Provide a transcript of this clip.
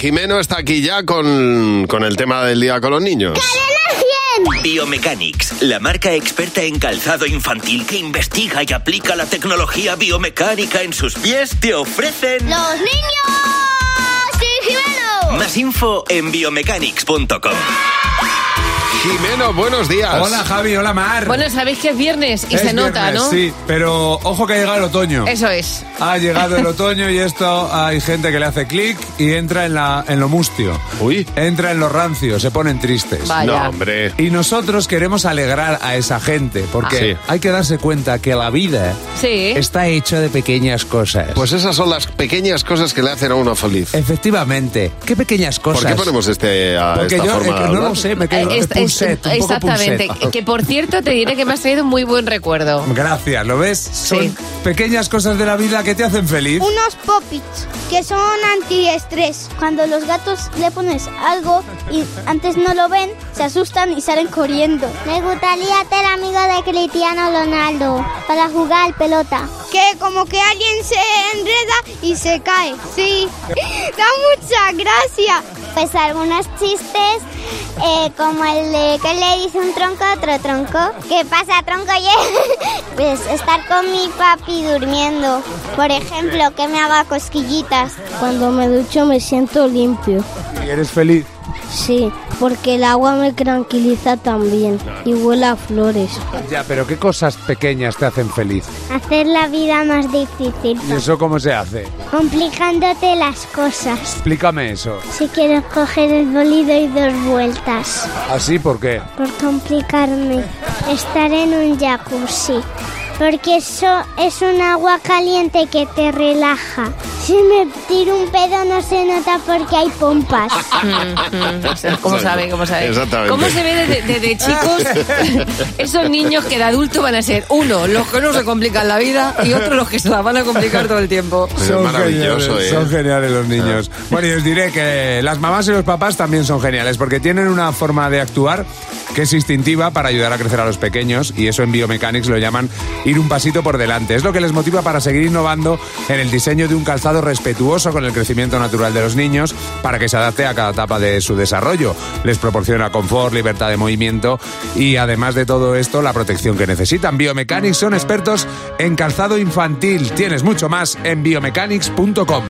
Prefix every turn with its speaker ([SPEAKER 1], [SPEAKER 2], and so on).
[SPEAKER 1] Jimeno está aquí ya con, con el tema del día con los niños.
[SPEAKER 2] Biomechanics, la marca experta en calzado infantil que investiga y aplica la tecnología biomecánica en sus pies, te ofrecen
[SPEAKER 3] ¡Los niños! ¡Sí, Jimeno!
[SPEAKER 2] más info en biomechanics.com.
[SPEAKER 1] Jimeno, buenos días.
[SPEAKER 4] Hola Javi, hola Mar.
[SPEAKER 5] Bueno, sabéis que es viernes y
[SPEAKER 4] Es
[SPEAKER 5] se nota,
[SPEAKER 4] viernes,
[SPEAKER 5] ¿no?
[SPEAKER 4] Sí, pero ojo que ha llegado el otoño.
[SPEAKER 5] Eso es.
[SPEAKER 4] Ha llegado el otoño y esto hay gente que le hace clic y entra en, la, en lo mustio.
[SPEAKER 1] Uy.
[SPEAKER 4] Entra en lo rancio, se ponen tristes.
[SPEAKER 5] Vaya.
[SPEAKER 1] No, hombre.
[SPEAKER 4] Y nosotros queremos alegrar a esa gente porque
[SPEAKER 1] Ah. Sí.
[SPEAKER 4] hay que darse cuenta que la vida
[SPEAKER 5] Sí.
[SPEAKER 4] está hecha de pequeñas cosas.
[SPEAKER 1] Pues esas son las pequeñas cosas que le hacen a uno feliz.
[SPEAKER 4] efectivamente, qué pequeñas cosas.
[SPEAKER 1] ¿Por qué ponemos este a
[SPEAKER 4] Porque
[SPEAKER 1] esta
[SPEAKER 4] yo
[SPEAKER 1] forma?
[SPEAKER 4] eh, que
[SPEAKER 1] de
[SPEAKER 4] no
[SPEAKER 1] hablar?
[SPEAKER 4] lo sé, me quedo
[SPEAKER 5] Es- es-
[SPEAKER 4] punset, un poco
[SPEAKER 5] exactamente.
[SPEAKER 4] punset.
[SPEAKER 5] Que, que, por cierto te diré que me has traído un muy buen recuerdo.
[SPEAKER 4] Gracias, ¿lo ves? Son pequeñas cosas de la vida que te hacen feliz.
[SPEAKER 3] Unos poppits que son antiestrés. Cuando los gatos le pones algo y antes no lo ven, se asustan y salen corriendo. Me gustaría ser amigo de Cristiano Ronaldo para jugar pelota. Que como que alguien se enreda y se cae. Sí, da mucha gracia. Pues algunos chistes, eh, como el de que le dice un tronco a otro tronco. ¿Qué pasa, tronco? Oye, pues estar con mi papi durmiendo. Por ejemplo, que me haga cosquillitas.
[SPEAKER 6] Cuando me ducho me siento limpio.
[SPEAKER 4] Y eres feliz.
[SPEAKER 6] Sí, porque el agua me tranquiliza también y huele a flores.
[SPEAKER 4] Ya, pero ¿qué cosas pequeñas te hacen feliz?
[SPEAKER 3] Hacer la vida más difícil.
[SPEAKER 4] ¿Y eso cómo se hace?
[SPEAKER 3] Complicándote las cosas.
[SPEAKER 4] Explícame eso.
[SPEAKER 3] Si quieres coger el bolido y dos vueltas.
[SPEAKER 4] ¿Así por qué?
[SPEAKER 3] Por complicarme. Estar en un jacuzzi. Porque eso es un agua caliente que te relaja. Si me tiro un pedo no se nota porque hay pompas.
[SPEAKER 5] Mm, ¿Cómo sabe? ¿Cómo sabe?
[SPEAKER 1] Exactamente.
[SPEAKER 5] ¿Cómo se ve desde desde chicos? Esos niños que de adulto van a ser, uno, los que no se complican la vida y otros los que se la van a complicar todo el tiempo.
[SPEAKER 1] Pero es maravilloso,
[SPEAKER 4] geniales,
[SPEAKER 1] ¿eh?
[SPEAKER 4] son geniales los niños. Bueno, y os diré que las mamás y los papás también son geniales porque tienen una forma de actuar que es instintiva para ayudar a crecer a los pequeños y eso en Biomechanics lo llaman ir un pasito por delante. Es lo que les motiva para seguir innovando en el diseño de un calzado respetuoso con el crecimiento natural de los niños para que se adapte a cada etapa de su desarrollo. Les proporciona confort, libertad de movimiento y además de todo esto la protección que necesitan. Biomechanics son expertos en calzado infantil. Tienes mucho más en biomechanics.com.